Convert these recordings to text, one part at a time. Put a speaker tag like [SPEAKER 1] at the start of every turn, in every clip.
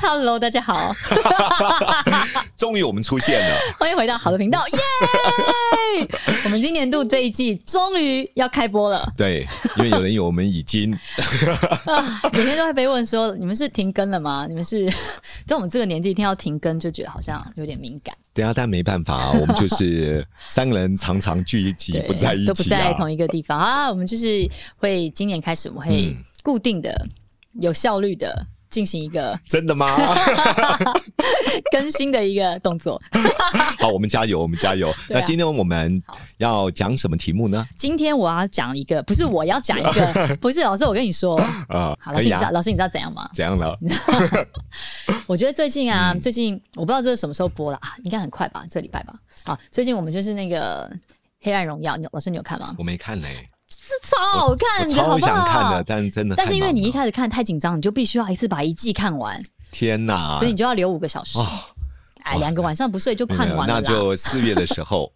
[SPEAKER 1] Hello，大家好，
[SPEAKER 2] 终于我们出现 了。
[SPEAKER 1] 欢迎回到好的频道，耶！我们今年度这一季终于要开播了，
[SPEAKER 2] 对，因为有人以为我们已 经
[SPEAKER 1] 每天都会被问说你们是停更了吗？你们是在我们这个年纪听到停更就觉得好像有点敏感，
[SPEAKER 2] 等一下，但没办法、我们就是三个人常常聚一起，
[SPEAKER 1] 对，
[SPEAKER 2] 不在一起、啊，
[SPEAKER 1] 都不在同一个地方啊。我们就是会今年开始，我们会
[SPEAKER 2] 嗯
[SPEAKER 1] 固定的、有效率的进行一个
[SPEAKER 2] 真 的吗？
[SPEAKER 1] 更新的一个动作。
[SPEAKER 2] 好，我们加油，我们加油。
[SPEAKER 1] 对
[SPEAKER 2] 那
[SPEAKER 1] 啊
[SPEAKER 2] 今天我们要讲什么题目呢？
[SPEAKER 1] 今天我要讲一个，不是我要讲一 个，不是老师，我跟你说，
[SPEAKER 2] 啊、
[SPEAKER 1] 好，老
[SPEAKER 2] 可
[SPEAKER 1] 师，
[SPEAKER 2] 以
[SPEAKER 1] 你知道
[SPEAKER 2] 啊，
[SPEAKER 1] 老师你知道怎样吗？
[SPEAKER 2] 怎样 了？
[SPEAKER 1] 我觉得最近
[SPEAKER 2] 嗯
[SPEAKER 1] 啊，最近我不知道这是什么时候播了啊，应该很快吧，这礼拜吧。啊，最近我们就是那个《黑暗荣耀》，你老师你有看吗？
[SPEAKER 2] 我没看嘞、
[SPEAKER 1] 是超好看
[SPEAKER 2] 我
[SPEAKER 1] 的，好
[SPEAKER 2] 超
[SPEAKER 1] 不好
[SPEAKER 2] 想看的，但真的太忙了，
[SPEAKER 1] 但是因为你一开始看太紧张，你就必须要一次把一季看完，
[SPEAKER 2] 天哪，
[SPEAKER 1] 所以你就要留五个小时。
[SPEAKER 2] 啊哦
[SPEAKER 1] 哎，两个晚上不睡就看完了
[SPEAKER 2] 那
[SPEAKER 1] 啦。
[SPEAKER 2] 就四月的时 候，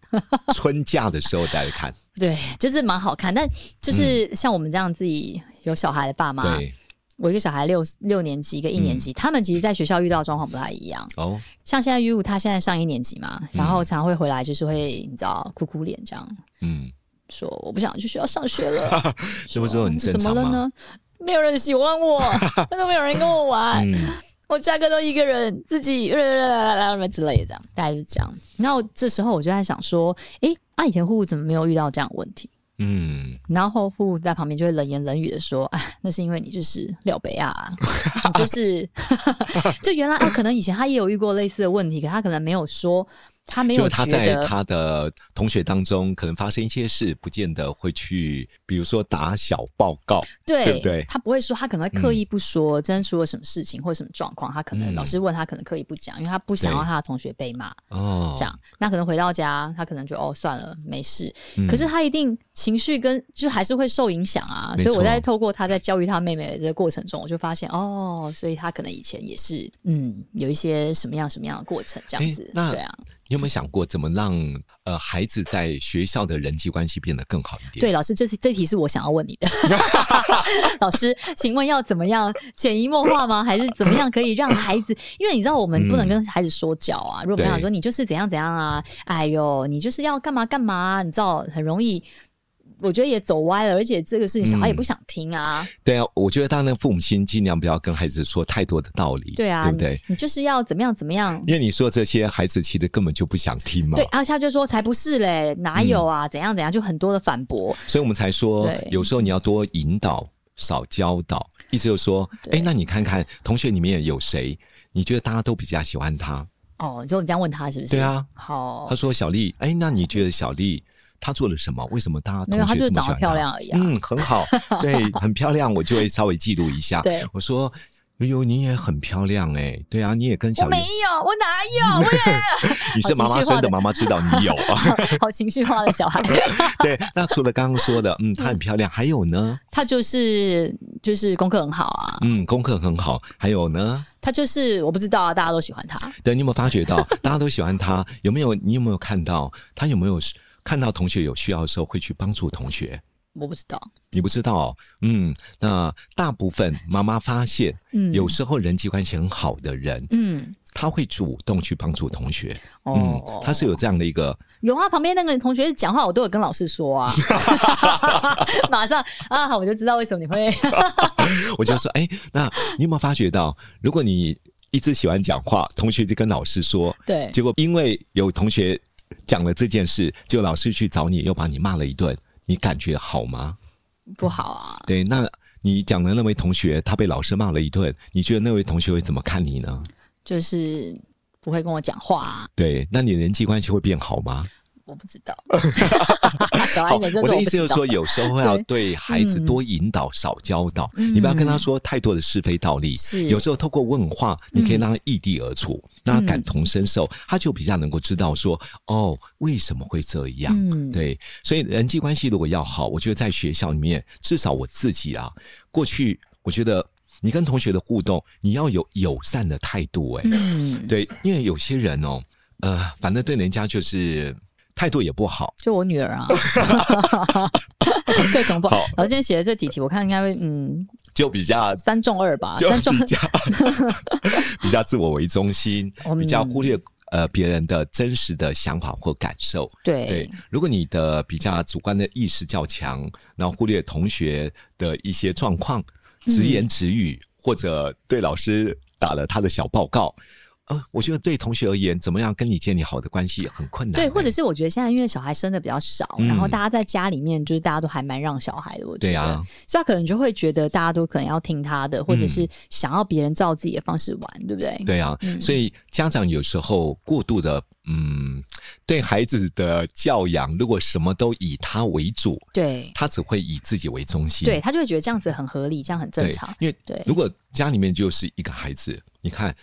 [SPEAKER 2] 春假的时候再来看。
[SPEAKER 1] 对，就是蛮好看，但就是像我们这样自己有小孩的爸妈，
[SPEAKER 2] 嗯对，
[SPEAKER 1] 我一个小孩六六年级，一
[SPEAKER 2] 嗯
[SPEAKER 1] 个一年级，他们其实在学校遇到的状况不太一样。
[SPEAKER 2] 哦，
[SPEAKER 1] 像现在 U 他现在上一年级嘛，然后常会回来就是会你知道哭哭脸这样
[SPEAKER 2] 嗯，
[SPEAKER 1] 说我不想去学校上学了，
[SPEAKER 2] 这 不是很正
[SPEAKER 1] 怎么
[SPEAKER 2] 常
[SPEAKER 1] 了
[SPEAKER 2] 吗？
[SPEAKER 1] 呢？没有人喜欢我，都没有人跟我玩，
[SPEAKER 2] 嗯，
[SPEAKER 1] 我下课都一个人自己呃之类的这样，大概就这样。然后这时候我就在想说，诶，啊以前户户怎么没有遇到这样的问题？
[SPEAKER 2] 嗯，
[SPEAKER 1] 然后户户在旁边就会冷言冷语的说：“哎，那是因为你就是廖北亚啊， 你就是 就原来啊，可能以前他也有遇过类似的问题，可他可能没有说，他没
[SPEAKER 2] 就
[SPEAKER 1] 有
[SPEAKER 2] 是他
[SPEAKER 1] 觉
[SPEAKER 2] 在
[SPEAKER 1] 得
[SPEAKER 2] 他的同学当中，可能发生一些事，不见得会去，比如说打小报告，
[SPEAKER 1] 对
[SPEAKER 2] 对不对
[SPEAKER 1] 他不会说，他可能会刻意不说，真出了什么事情或者什么状况，他可
[SPEAKER 2] 嗯
[SPEAKER 1] 能老师问他，可能刻意不讲，因为他不想
[SPEAKER 2] 对
[SPEAKER 1] 让他的同学被骂。”
[SPEAKER 2] 哦，
[SPEAKER 1] 这样，那可能回到家，他可能就哦算了，没事。
[SPEAKER 2] 嗯
[SPEAKER 1] 可是他一定情绪跟就还是会受影响啊。
[SPEAKER 2] 没
[SPEAKER 1] 所以我
[SPEAKER 2] 错
[SPEAKER 1] 在透过他在教育他妹妹的这个过程中，我就发现哦，所以他可能以前也是嗯有一些什么样什么样的过程这样
[SPEAKER 2] 诶
[SPEAKER 1] 子。
[SPEAKER 2] 那
[SPEAKER 1] 对啊，
[SPEAKER 2] 你有没有想过怎么让呃孩子在学校的人际关系变得更好一点？
[SPEAKER 1] 对，老师，这是这题是我想要问你 的。 老师，请问要怎么样潜移默 化吗？还是怎么样可以让孩子？因为你知道我们不能
[SPEAKER 2] 嗯
[SPEAKER 1] 跟孩子说教啊。如果我们
[SPEAKER 2] 对
[SPEAKER 1] 想说你就是怎样怎样啊，哎呦，你就是要干嘛干嘛、啊，你知道很容易。我觉得也走歪了，而且这个事情小孩也不想听啊。
[SPEAKER 2] 对啊，我觉得当然父母亲尽量不要跟孩子说太多的道理，
[SPEAKER 1] 对啊，
[SPEAKER 2] 对不对？
[SPEAKER 1] 你？你就是要怎么样怎么样。
[SPEAKER 2] 因为你说这些，孩子其实根本就不想听嘛。
[SPEAKER 1] 对，而且他就说才不是嘞，哪有
[SPEAKER 2] 嗯
[SPEAKER 1] 啊？怎样怎样，就很多的反驳。
[SPEAKER 2] 所以我们才说
[SPEAKER 1] 对，
[SPEAKER 2] 有时候你要多引导，少教导。意思就是说，
[SPEAKER 1] 对
[SPEAKER 2] 哎，那你看看同学里面有谁，你觉得大家都比较喜欢他？
[SPEAKER 1] 哦，就你这样问他是不是？
[SPEAKER 2] 对啊，
[SPEAKER 1] 好
[SPEAKER 2] 他，说小丽，哎，那你觉得小丽她做了什么？为什么大家同
[SPEAKER 1] 没有，
[SPEAKER 2] 学
[SPEAKER 1] 他就
[SPEAKER 2] 这么
[SPEAKER 1] 长
[SPEAKER 2] 喜
[SPEAKER 1] 得
[SPEAKER 2] 欢
[SPEAKER 1] 漂亮
[SPEAKER 2] 她？
[SPEAKER 1] 而已啊。
[SPEAKER 2] 嗯，很好， 对，很漂亮，我就会稍微记录一下。
[SPEAKER 1] 对，
[SPEAKER 2] 我说，哎呦，你也很漂亮哎、对啊，你也跟小丽，
[SPEAKER 1] 有，我哪有？我
[SPEAKER 2] 你是妈
[SPEAKER 1] 好
[SPEAKER 2] 妈
[SPEAKER 1] 情绪化
[SPEAKER 2] 生
[SPEAKER 1] 的
[SPEAKER 2] 的，妈妈知道你有啊。
[SPEAKER 1] 也好情绪化的小孩，
[SPEAKER 2] 对，那除了刚刚说的，嗯，她很漂亮，还有呢，
[SPEAKER 1] 他就是就是功课很好啊，
[SPEAKER 2] 嗯，功课很好，还有呢，
[SPEAKER 1] 他就是我不知道啊，大家都喜欢他，
[SPEAKER 2] 对，你有没有发觉到大家都喜欢他？有没有？你有没有看到他有没有看到同学有需要的时候会去帮助同学？
[SPEAKER 1] 我不知道，
[SPEAKER 2] 你不知道哦，嗯，那大部分妈妈发现，
[SPEAKER 1] 嗯
[SPEAKER 2] 有时候人际关系很好的人，
[SPEAKER 1] 嗯，
[SPEAKER 2] 他会主动去帮助同学，嗯
[SPEAKER 1] 哦，，
[SPEAKER 2] 他是有这样的一个，
[SPEAKER 1] 有啊，旁边那个同学讲话，我都有跟老师 说啊，马上啊，我就知道为什么你会
[SPEAKER 2] 我就说，哎、那你有没有发觉到，如果你一直喜欢讲话，同学就跟老师说，
[SPEAKER 1] 对
[SPEAKER 2] 结果因为有同学讲了这件事，就老师去找你，又把你骂了一顿，你感觉好吗？
[SPEAKER 1] 不好啊，
[SPEAKER 2] 对，那你讲的那位同学，他被老师骂了一顿，你觉得那位同学会怎么看你呢？
[SPEAKER 1] 就是不会跟我讲话啊，
[SPEAKER 2] 对，那你人际关系会变好吗？
[SPEAKER 1] 我不 知道。小孩每次都
[SPEAKER 2] 哦我的
[SPEAKER 1] 不
[SPEAKER 2] 意思
[SPEAKER 1] 知
[SPEAKER 2] 就是
[SPEAKER 1] 道
[SPEAKER 2] 说，有时 候要对孩子
[SPEAKER 1] 嗯
[SPEAKER 2] 多引导，少教导。
[SPEAKER 1] 嗯
[SPEAKER 2] 你不要跟他说太多的是非道理。
[SPEAKER 1] 是嗯
[SPEAKER 2] 有时候透过问话，你可以让他异地而处，让他感同身受，他就比较能够知道说，哦，为什么会这样？
[SPEAKER 1] 嗯
[SPEAKER 2] 对，所以人际关系如果要好，我觉得在学校里面，至少我自己啊，过去我觉得你跟同学的互动，你要有友善的态度、哎、
[SPEAKER 1] 嗯，
[SPEAKER 2] 对，因为有些人哦，呃，反正对人家就是态度也不好，
[SPEAKER 1] 就我女 儿啊，各种不好。然后今天写的这几题，我看应该会嗯
[SPEAKER 2] 就比较
[SPEAKER 1] 三中二吧，
[SPEAKER 2] 就
[SPEAKER 1] 三中
[SPEAKER 2] 比较比较自我为中心
[SPEAKER 1] 我，们
[SPEAKER 2] 比较忽略呃别人的真实的想法或感受。对
[SPEAKER 1] 对，，
[SPEAKER 2] 如果你的比较主观的意识较强，然后忽略同学的一些状况，直
[SPEAKER 1] 嗯
[SPEAKER 2] 言直语，或者对老师打了他的小报告，呃，我觉得对同学而言，怎么样跟你建立好的关系很困难。欸
[SPEAKER 1] 对，或者是我觉得现在因为小孩生的比较少，
[SPEAKER 2] 嗯
[SPEAKER 1] 然后大家在家里面就是大家都还蛮让小孩的，我觉
[SPEAKER 2] 对
[SPEAKER 1] 得，
[SPEAKER 2] 啊，
[SPEAKER 1] 所以他可能就会觉得大家都可能要听他的，或者
[SPEAKER 2] 嗯
[SPEAKER 1] 是想要别人照自己的方式玩，对不对？
[SPEAKER 2] 对啊，
[SPEAKER 1] 嗯
[SPEAKER 2] 所以家长有时候过度的，嗯，对孩子的教养，如果什么都以他为主，
[SPEAKER 1] 对
[SPEAKER 2] 他只会以自己为中心。
[SPEAKER 1] 对，他就会觉得这样子很合理，这样很正
[SPEAKER 2] 对
[SPEAKER 1] 常，。
[SPEAKER 2] 因为
[SPEAKER 1] 对
[SPEAKER 2] 如果家里面就是一个孩子，你看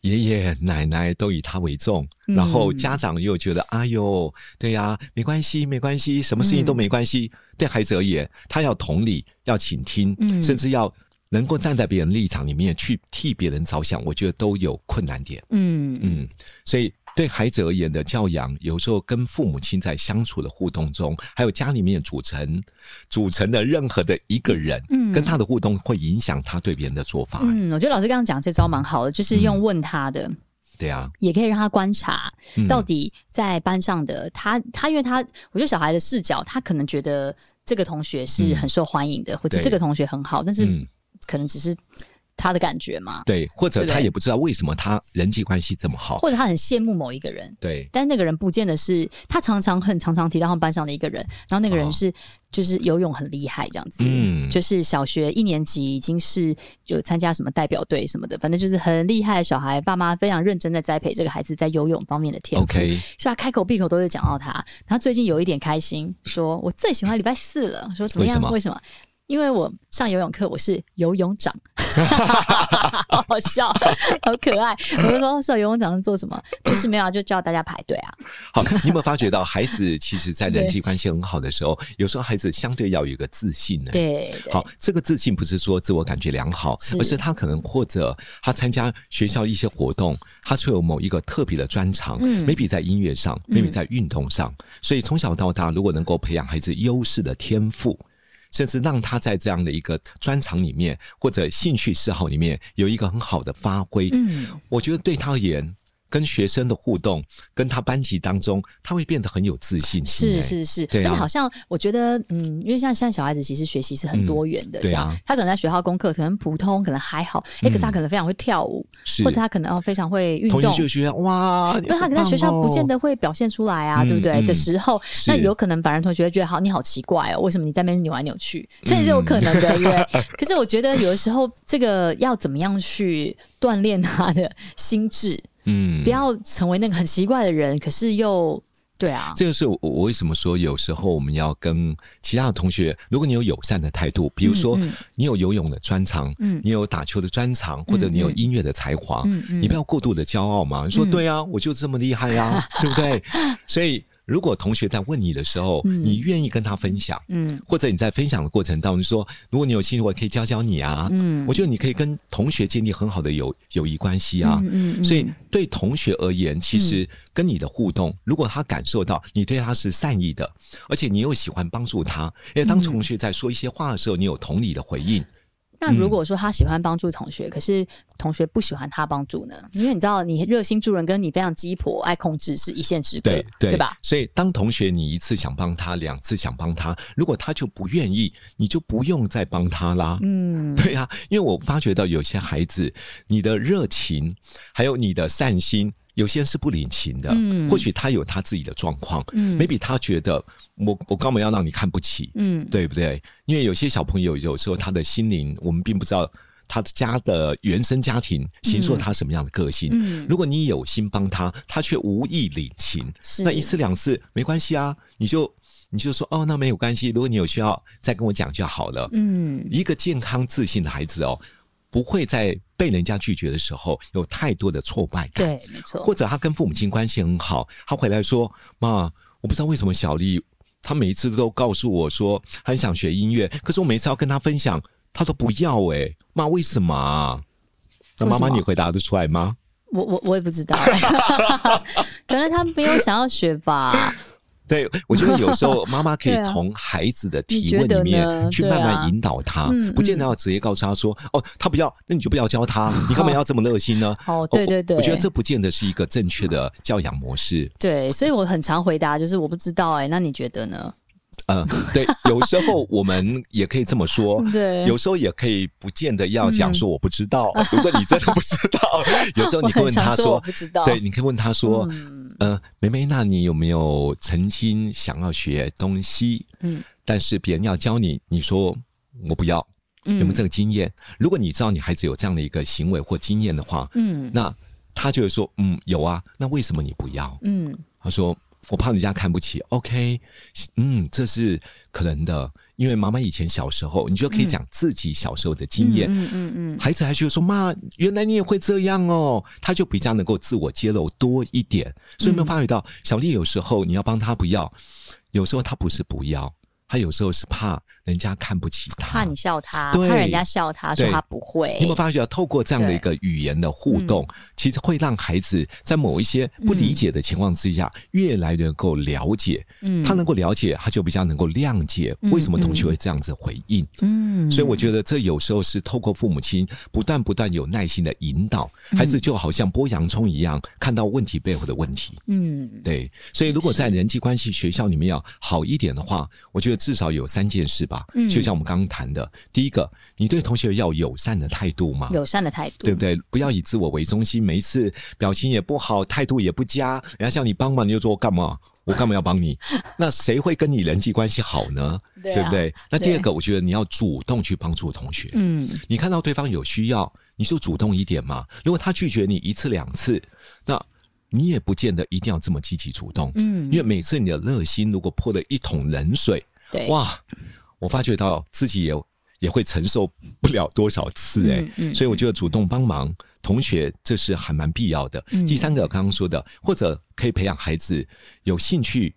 [SPEAKER 2] 爷爷奶奶都以他为重，
[SPEAKER 1] 嗯
[SPEAKER 2] 然后家长又觉得哎呦，对呀、没关系，没关系，什么事情都
[SPEAKER 1] 嗯
[SPEAKER 2] 没关系。对孩子而言，他要同理，要倾听，
[SPEAKER 1] 嗯
[SPEAKER 2] 甚至要能够站在别人立场里面去替别人着想，我觉得都有困难点。
[SPEAKER 1] 嗯
[SPEAKER 2] 嗯，所以对孩子而言的教养，有时候跟父母亲在相处的互动中，还有家里面组成组成的任何的一个人，
[SPEAKER 1] 嗯
[SPEAKER 2] 跟他的互动会影响他对别人的做法。
[SPEAKER 1] 嗯，我觉得老师刚刚讲这招蛮好的，
[SPEAKER 2] 嗯
[SPEAKER 1] 就是用问他的，
[SPEAKER 2] 对啊，
[SPEAKER 1] 也可以让他观察
[SPEAKER 2] 嗯
[SPEAKER 1] 到底在班上的他，他因为他，我觉得小孩的视角，他可能觉得这个同学是
[SPEAKER 2] 嗯
[SPEAKER 1] 很受欢迎的，或者
[SPEAKER 2] 对
[SPEAKER 1] 这个同学很好，但是
[SPEAKER 2] 嗯，
[SPEAKER 1] 可能只是他的感觉嘛，
[SPEAKER 2] 对，或者
[SPEAKER 1] 对不对
[SPEAKER 2] 他也不知道为什么他人际关系这么好。
[SPEAKER 1] 或者他很羡慕某一个人，
[SPEAKER 2] 对，
[SPEAKER 1] 但那个人不见得是他常常很常常提到他们班上的一个人，然后那个人
[SPEAKER 2] 哦
[SPEAKER 1] 是、就是游泳很厉害这样子，
[SPEAKER 2] 嗯
[SPEAKER 1] 就是小学一年级已经是有参加什么代表队什么的，反正就是很厉害的小孩，爸妈非常认真在栽培这个孩子在游泳方面的天赋
[SPEAKER 2] OK，
[SPEAKER 1] 所以他开口闭口都是讲到他。他最近有一点开心，说我最喜欢礼拜四了。我说怎么样？
[SPEAKER 2] 为什么
[SPEAKER 1] 因为我上游泳课，我是游 泳长，好好笑，好可爱。我就说上游泳长是做什么？就是没有啊，就叫大家排队啊。
[SPEAKER 2] 好，你有没有发觉到孩子其实在人际关系很好的时候，有时候孩子相对要有一个自信呢、
[SPEAKER 1] 对，对
[SPEAKER 2] 好，这个自信不是说自我感觉良好，
[SPEAKER 1] 是
[SPEAKER 2] 而是他可能或者他参加学校一些活动，他就有某一个特别的专长、
[SPEAKER 1] 嗯
[SPEAKER 2] m a y b e 在音乐上、
[SPEAKER 1] 嗯
[SPEAKER 2] m a y b e 在运动上。所以从小到大，如果能够培养孩子优势的天赋。甚至让他在这样的一个专长里面，或者兴趣嗜好里面有一个很好的发挥，
[SPEAKER 1] 嗯，
[SPEAKER 2] 我觉得对他而言，跟学生的互动，跟他班级当中，他会变得很有自信心、
[SPEAKER 1] 是
[SPEAKER 2] 欸。
[SPEAKER 1] 是是，
[SPEAKER 2] 对啊
[SPEAKER 1] 而且好像我觉得，嗯，因为像现在小孩子其实学习是很多元的，
[SPEAKER 2] 嗯
[SPEAKER 1] 这
[SPEAKER 2] 对
[SPEAKER 1] 样、
[SPEAKER 2] 啊嗯
[SPEAKER 1] 他可能在学校功课可能普通，可能还好，哎、可是他可能非常会跳舞，
[SPEAKER 2] 是
[SPEAKER 1] 或者他可能哦非常会运
[SPEAKER 2] 同学
[SPEAKER 1] 动，
[SPEAKER 2] 就觉得哇，
[SPEAKER 1] 因为他可能在学校不见得会表现出来啊，
[SPEAKER 2] 哦嗯
[SPEAKER 1] 对不对？
[SPEAKER 2] 嗯
[SPEAKER 1] 的时候，
[SPEAKER 2] 是
[SPEAKER 1] 那有可能反而同学会觉得，好，你好奇怪哦，为什么你在那边扭来扭去？这也是
[SPEAKER 2] 嗯
[SPEAKER 1] 有可能的，因为可是我觉得有的时候，这个要怎么样去锻炼他的心智，
[SPEAKER 2] 嗯
[SPEAKER 1] 不要成为那个很奇怪的人，可是又对啊，
[SPEAKER 2] 这就是我我为什么说有时候我们要跟其他的同学，如果你有友善的态度，比如说
[SPEAKER 1] 嗯嗯
[SPEAKER 2] 你有游泳的专长，
[SPEAKER 1] 嗯
[SPEAKER 2] 你有打球的专长，或者你有音乐的才华，
[SPEAKER 1] 嗯嗯
[SPEAKER 2] 你不要过度的骄傲嘛。你说对啊，我就这么厉害呀、啊 对不对？所以如果同学在问你的时候，
[SPEAKER 1] 嗯
[SPEAKER 2] 你愿意跟他分享，
[SPEAKER 1] 嗯
[SPEAKER 2] 或者你在分享的过程当中说，如果你有兴趣，我可以教教你啊。
[SPEAKER 1] 嗯
[SPEAKER 2] 我觉得你可以跟同学建立很好的友友谊关系啊。
[SPEAKER 1] 嗯嗯嗯嗯
[SPEAKER 2] 所以对同学而言，其实跟你的互动，如果他感受到你对他是善意的，而且你又喜欢帮助他，因为
[SPEAKER 1] 嗯
[SPEAKER 2] 当同学在说一些话的时候，你有同理的回应，
[SPEAKER 1] 那
[SPEAKER 2] 嗯
[SPEAKER 1] 如果说他喜欢帮助同学，可是同学不喜欢他帮助呢？因为你知道，你热心助人跟你非常鸡婆、爱控制是一线之隔，
[SPEAKER 2] 对对
[SPEAKER 1] 吧？？
[SPEAKER 2] 所以当同学你一次想帮他，两次想帮他，如果他就不愿意，你就不用再帮他啦。
[SPEAKER 1] 嗯，
[SPEAKER 2] 对啊，因为我发觉到有些孩子，你的热情还有你的善心，有些人是不领情的。
[SPEAKER 1] 嗯
[SPEAKER 2] 或许他有他自己的状况、
[SPEAKER 1] 嗯
[SPEAKER 2] m a y b e 他觉得我我干嘛要让你看不起，
[SPEAKER 1] 嗯，
[SPEAKER 2] 对不对？因为有些小朋友有时候他的心灵，我们并不知道他家的原生家庭形塑
[SPEAKER 1] 嗯
[SPEAKER 2] 他什么样的个性。
[SPEAKER 1] 嗯，
[SPEAKER 2] 如果你有心帮他，他却无意领情，
[SPEAKER 1] 是
[SPEAKER 2] 那一次两次没关系啊，你就你就说哦，那没有关系，如果你有需要再跟我讲就好了。
[SPEAKER 1] 嗯
[SPEAKER 2] 一个健康自信的孩子哦，不会在被人家拒绝的时候有太多的挫败感。
[SPEAKER 1] 对，没错，
[SPEAKER 2] 或者他跟父母亲关系很好，他回来说：“妈，我不知道为什么小丽，她每一次都告诉我说很想学音乐，可是我每次要跟她分享，她都不要、欸。哎，妈，为什么啊？”那
[SPEAKER 1] 为
[SPEAKER 2] 妈
[SPEAKER 1] 什
[SPEAKER 2] 妈，
[SPEAKER 1] 么
[SPEAKER 2] 你回答得出来吗？
[SPEAKER 1] 我我我也不知道、 欸，可能他没有想要学吧。
[SPEAKER 2] 对，我觉得有时 候妈妈可以
[SPEAKER 1] 对啊
[SPEAKER 2] 从孩子的
[SPEAKER 1] 你
[SPEAKER 2] 提
[SPEAKER 1] 觉
[SPEAKER 2] 问
[SPEAKER 1] 得
[SPEAKER 2] 里
[SPEAKER 1] 呢
[SPEAKER 2] 面去
[SPEAKER 1] 对
[SPEAKER 2] 慢
[SPEAKER 1] 啊
[SPEAKER 2] 慢引导他，
[SPEAKER 1] 嗯
[SPEAKER 2] 不见得
[SPEAKER 1] 嗯
[SPEAKER 2] 要直接告诉他说：“哦，他不要，那你就不要教他，你干嘛要这么热心呢？”
[SPEAKER 1] 哦，对对对，
[SPEAKER 2] 我觉得这不见得是一个正确的教养模式。
[SPEAKER 1] 对，所以我很常回答就是我不知道哎、那你觉得呢？。
[SPEAKER 2] 嗯，对，有时候我们也可以这么说
[SPEAKER 1] 对，嗯
[SPEAKER 2] 有时候也可以不见得要讲说我不知道，如果你真的不知 道，有时候
[SPEAKER 1] 我
[SPEAKER 2] 你可以
[SPEAKER 1] 很
[SPEAKER 2] 问
[SPEAKER 1] 常
[SPEAKER 2] 他
[SPEAKER 1] 说我
[SPEAKER 2] 说
[SPEAKER 1] 不，知道，
[SPEAKER 2] 对，你可以问他说，
[SPEAKER 1] 嗯
[SPEAKER 2] 呃，梅梅，那你有没有曾经想要学东西？
[SPEAKER 1] 嗯
[SPEAKER 2] 但是别人要教你，你说我不要，有
[SPEAKER 1] 嗯，
[SPEAKER 2] 没有这个经验？如果你知道你孩子有这样的一个行为或经验的话，
[SPEAKER 1] 嗯
[SPEAKER 2] 那他就会说，嗯，有啊，那为什么你不要？
[SPEAKER 1] 嗯
[SPEAKER 2] 他说：“我怕人家看不起。”OK，嗯，这是可能的，因为妈妈以前小时候，你就可以讲自己小时候的经验。
[SPEAKER 1] 嗯嗯嗯，
[SPEAKER 2] 孩子还觉得说：“妈，原来你也会这样哦。”他就比较能够自我揭露多一点。所以有没有发觉
[SPEAKER 1] 嗯
[SPEAKER 2] 到，小丽有时候你要帮他不要，有时候他不是不要，他有时候是怕人家看不起他。
[SPEAKER 1] 怕你笑他，
[SPEAKER 2] 对
[SPEAKER 1] 怕人家笑他说
[SPEAKER 2] 对
[SPEAKER 1] 他不会
[SPEAKER 2] 你有没，有发觉，透过这样的一个语言的互动，其实会让孩子在某一些不理解的情况之下，越来越能够了解。
[SPEAKER 1] 嗯
[SPEAKER 2] 他能够了解，他就比较能够谅解
[SPEAKER 1] 嗯
[SPEAKER 2] 为什么同学会这样子回应。
[SPEAKER 1] 嗯，
[SPEAKER 2] 所以我觉得这有时候是透过父母亲不断不断有耐心的引导，
[SPEAKER 1] 嗯
[SPEAKER 2] 孩子就好像剥洋葱一样，看到问题背后的问题。
[SPEAKER 1] 嗯
[SPEAKER 2] 对，所以如果在人际关系学校里面要好一点的话，我觉得至少有三件事吧。
[SPEAKER 1] 嗯
[SPEAKER 2] 就像我们刚刚谈的，第一个，你对同学要友善的态度嘛。
[SPEAKER 1] 友善的态度，
[SPEAKER 2] 对不对？不要以自我为中心，每一次表情也不好，态度也不佳，人家叫你帮忙你就说干嘛？我干嘛要帮你？ 那谁会跟你人际关系好呢？
[SPEAKER 1] 对啊
[SPEAKER 2] 不对？那第二
[SPEAKER 1] 对
[SPEAKER 2] 个，我觉得你要主动去帮助同学。
[SPEAKER 1] 嗯
[SPEAKER 2] 你看到对方有需要，你就主动一点嘛。如果他拒绝你一次两次，那你也不见得一定要这么积极主动，
[SPEAKER 1] 嗯，
[SPEAKER 2] 因为每次你的热心如果泼了一桶冷水，
[SPEAKER 1] 对，
[SPEAKER 2] 哇，我发觉到自己也也会承受不了多少次哎、
[SPEAKER 1] 嗯嗯
[SPEAKER 2] 所以我觉得主动帮忙同学这是还蛮必要的。
[SPEAKER 1] 嗯
[SPEAKER 2] 第三个，刚刚说的，或者可以培养孩子有兴趣。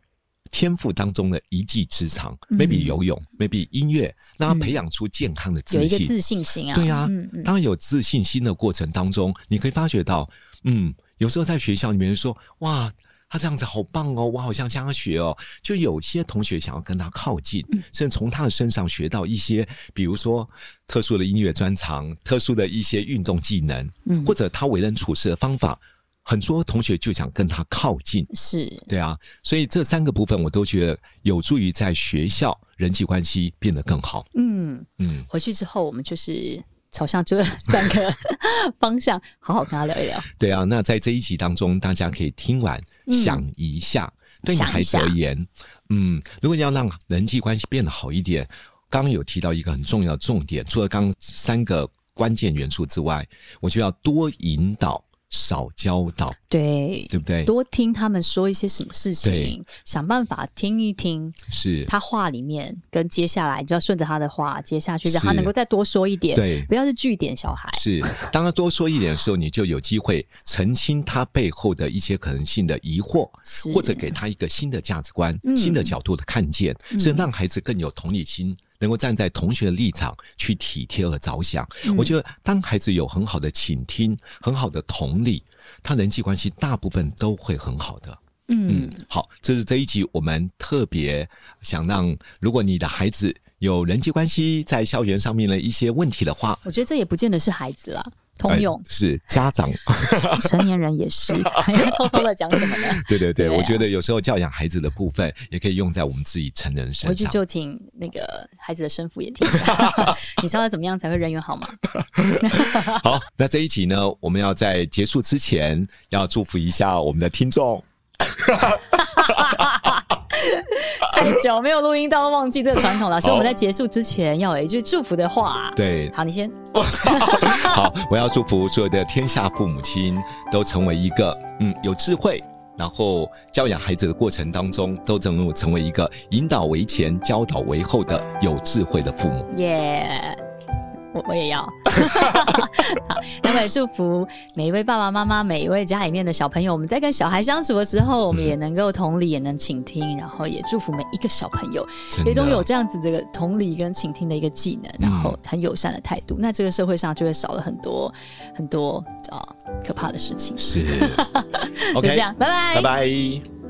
[SPEAKER 2] 天赋当中的一技之长、
[SPEAKER 1] 嗯
[SPEAKER 2] m a y b e 游泳，maybe 音乐，让他培养出健康的
[SPEAKER 1] 有
[SPEAKER 2] 自
[SPEAKER 1] 一个
[SPEAKER 2] 信。
[SPEAKER 1] 自信心啊，
[SPEAKER 2] 对啊
[SPEAKER 1] 嗯嗯，
[SPEAKER 2] 当然有自信心的过程当中，你可以发觉到，嗯，有时候在学校里面说，哇，他这样子好棒哦，我好像向他学哦。就有些同学想要跟他靠近，
[SPEAKER 1] 嗯
[SPEAKER 2] 甚至从他的身上学到一些，比如说特殊的音乐专长、特殊的一些运动技能，
[SPEAKER 1] 嗯
[SPEAKER 2] 或者他为人处事的方法，很多同学就想跟他靠近。
[SPEAKER 1] 嗯是
[SPEAKER 2] 对啊，所以这三个部分我都觉得有助于在学校人际关系变得更好。
[SPEAKER 1] 嗯，
[SPEAKER 2] 嗯，
[SPEAKER 1] 回去之后我们就是朝向这三个 方向，好好跟他聊一聊，
[SPEAKER 2] 对啊，那在这一集当中，大家可以听完、
[SPEAKER 1] 嗯
[SPEAKER 2] 想一下，对你
[SPEAKER 1] 想一
[SPEAKER 2] 孩子
[SPEAKER 1] 下
[SPEAKER 2] 而言，嗯，如果你要让人际关系变得好一点，刚刚有提到一个很重要的重点，除了刚刚三个关键元素之外，我就要多引导，少教导，
[SPEAKER 1] 对。
[SPEAKER 2] 对不对？
[SPEAKER 1] 多听他们说一些什么事情，想办法听一听
[SPEAKER 2] 是，
[SPEAKER 1] 他话里面，跟接下来你就要顺着他的话接下去，让他
[SPEAKER 2] 是
[SPEAKER 1] 能够再多说一点，
[SPEAKER 2] 对。
[SPEAKER 1] 不要是据点小孩。
[SPEAKER 2] 是，当他多说一点的时候，你就有机会澄清他背后的一些可能性的疑惑，
[SPEAKER 1] 是
[SPEAKER 2] 或者给他一个新的价值观、
[SPEAKER 1] 嗯
[SPEAKER 2] 新的角度的看见，是让孩子更有同理心，能够站在同学的立场去体贴和着想。
[SPEAKER 1] 嗯
[SPEAKER 2] 我觉得，当孩子有很好的倾听、很好的同理，他人际关系大部分都会很好的。
[SPEAKER 1] 嗯
[SPEAKER 2] 嗯，好，这是这一集我们特别想让，如果你的孩子有人际关系在校园上面的一些问题的话，
[SPEAKER 1] 我觉得这也不见得是孩子啦，通用
[SPEAKER 2] 呃、是家长
[SPEAKER 1] 成年人也是， 偷偷的讲什么呢？
[SPEAKER 2] 对对对，
[SPEAKER 1] 对啊
[SPEAKER 2] 我觉得有时候教养孩子的部分，也可以用在我们自己成人
[SPEAKER 1] 回
[SPEAKER 2] 身
[SPEAKER 1] 去
[SPEAKER 2] 上。
[SPEAKER 1] 就听那个孩子的生父也听一下，你知道怎么样才会人缘好吗？
[SPEAKER 2] 好，那这一集呢，我们要在结束之前，要祝福一下我们的听众。
[SPEAKER 1] 太久没有录音，到忘记这个传统了，所以
[SPEAKER 3] 好
[SPEAKER 1] 我们在结束之前要有一句祝福的话。
[SPEAKER 2] 对，
[SPEAKER 1] 好，你先。
[SPEAKER 2] 好，我要祝福所有的天下父母亲都成为一个嗯有智慧，然后教养孩子的过程当中都能够成为一个引导为前、教导为后的有智慧的父母。
[SPEAKER 1] 耶、我我也要。 好，那么也祝福每一位爸爸妈妈，每一位家里面的小朋友，我们在跟小孩相处的时候，我们也能够同理，也能倾听，然后也祝福每一个小朋友
[SPEAKER 2] 真
[SPEAKER 1] 也
[SPEAKER 2] 的
[SPEAKER 1] 都有这样子这个同理跟倾听的一个技能，然后很友善的态度，那这个社会上就会少了很多很多啊可怕的事情。
[SPEAKER 2] 是
[SPEAKER 1] 就这
[SPEAKER 2] ，OK，
[SPEAKER 1] 样，拜拜
[SPEAKER 2] 拜拜。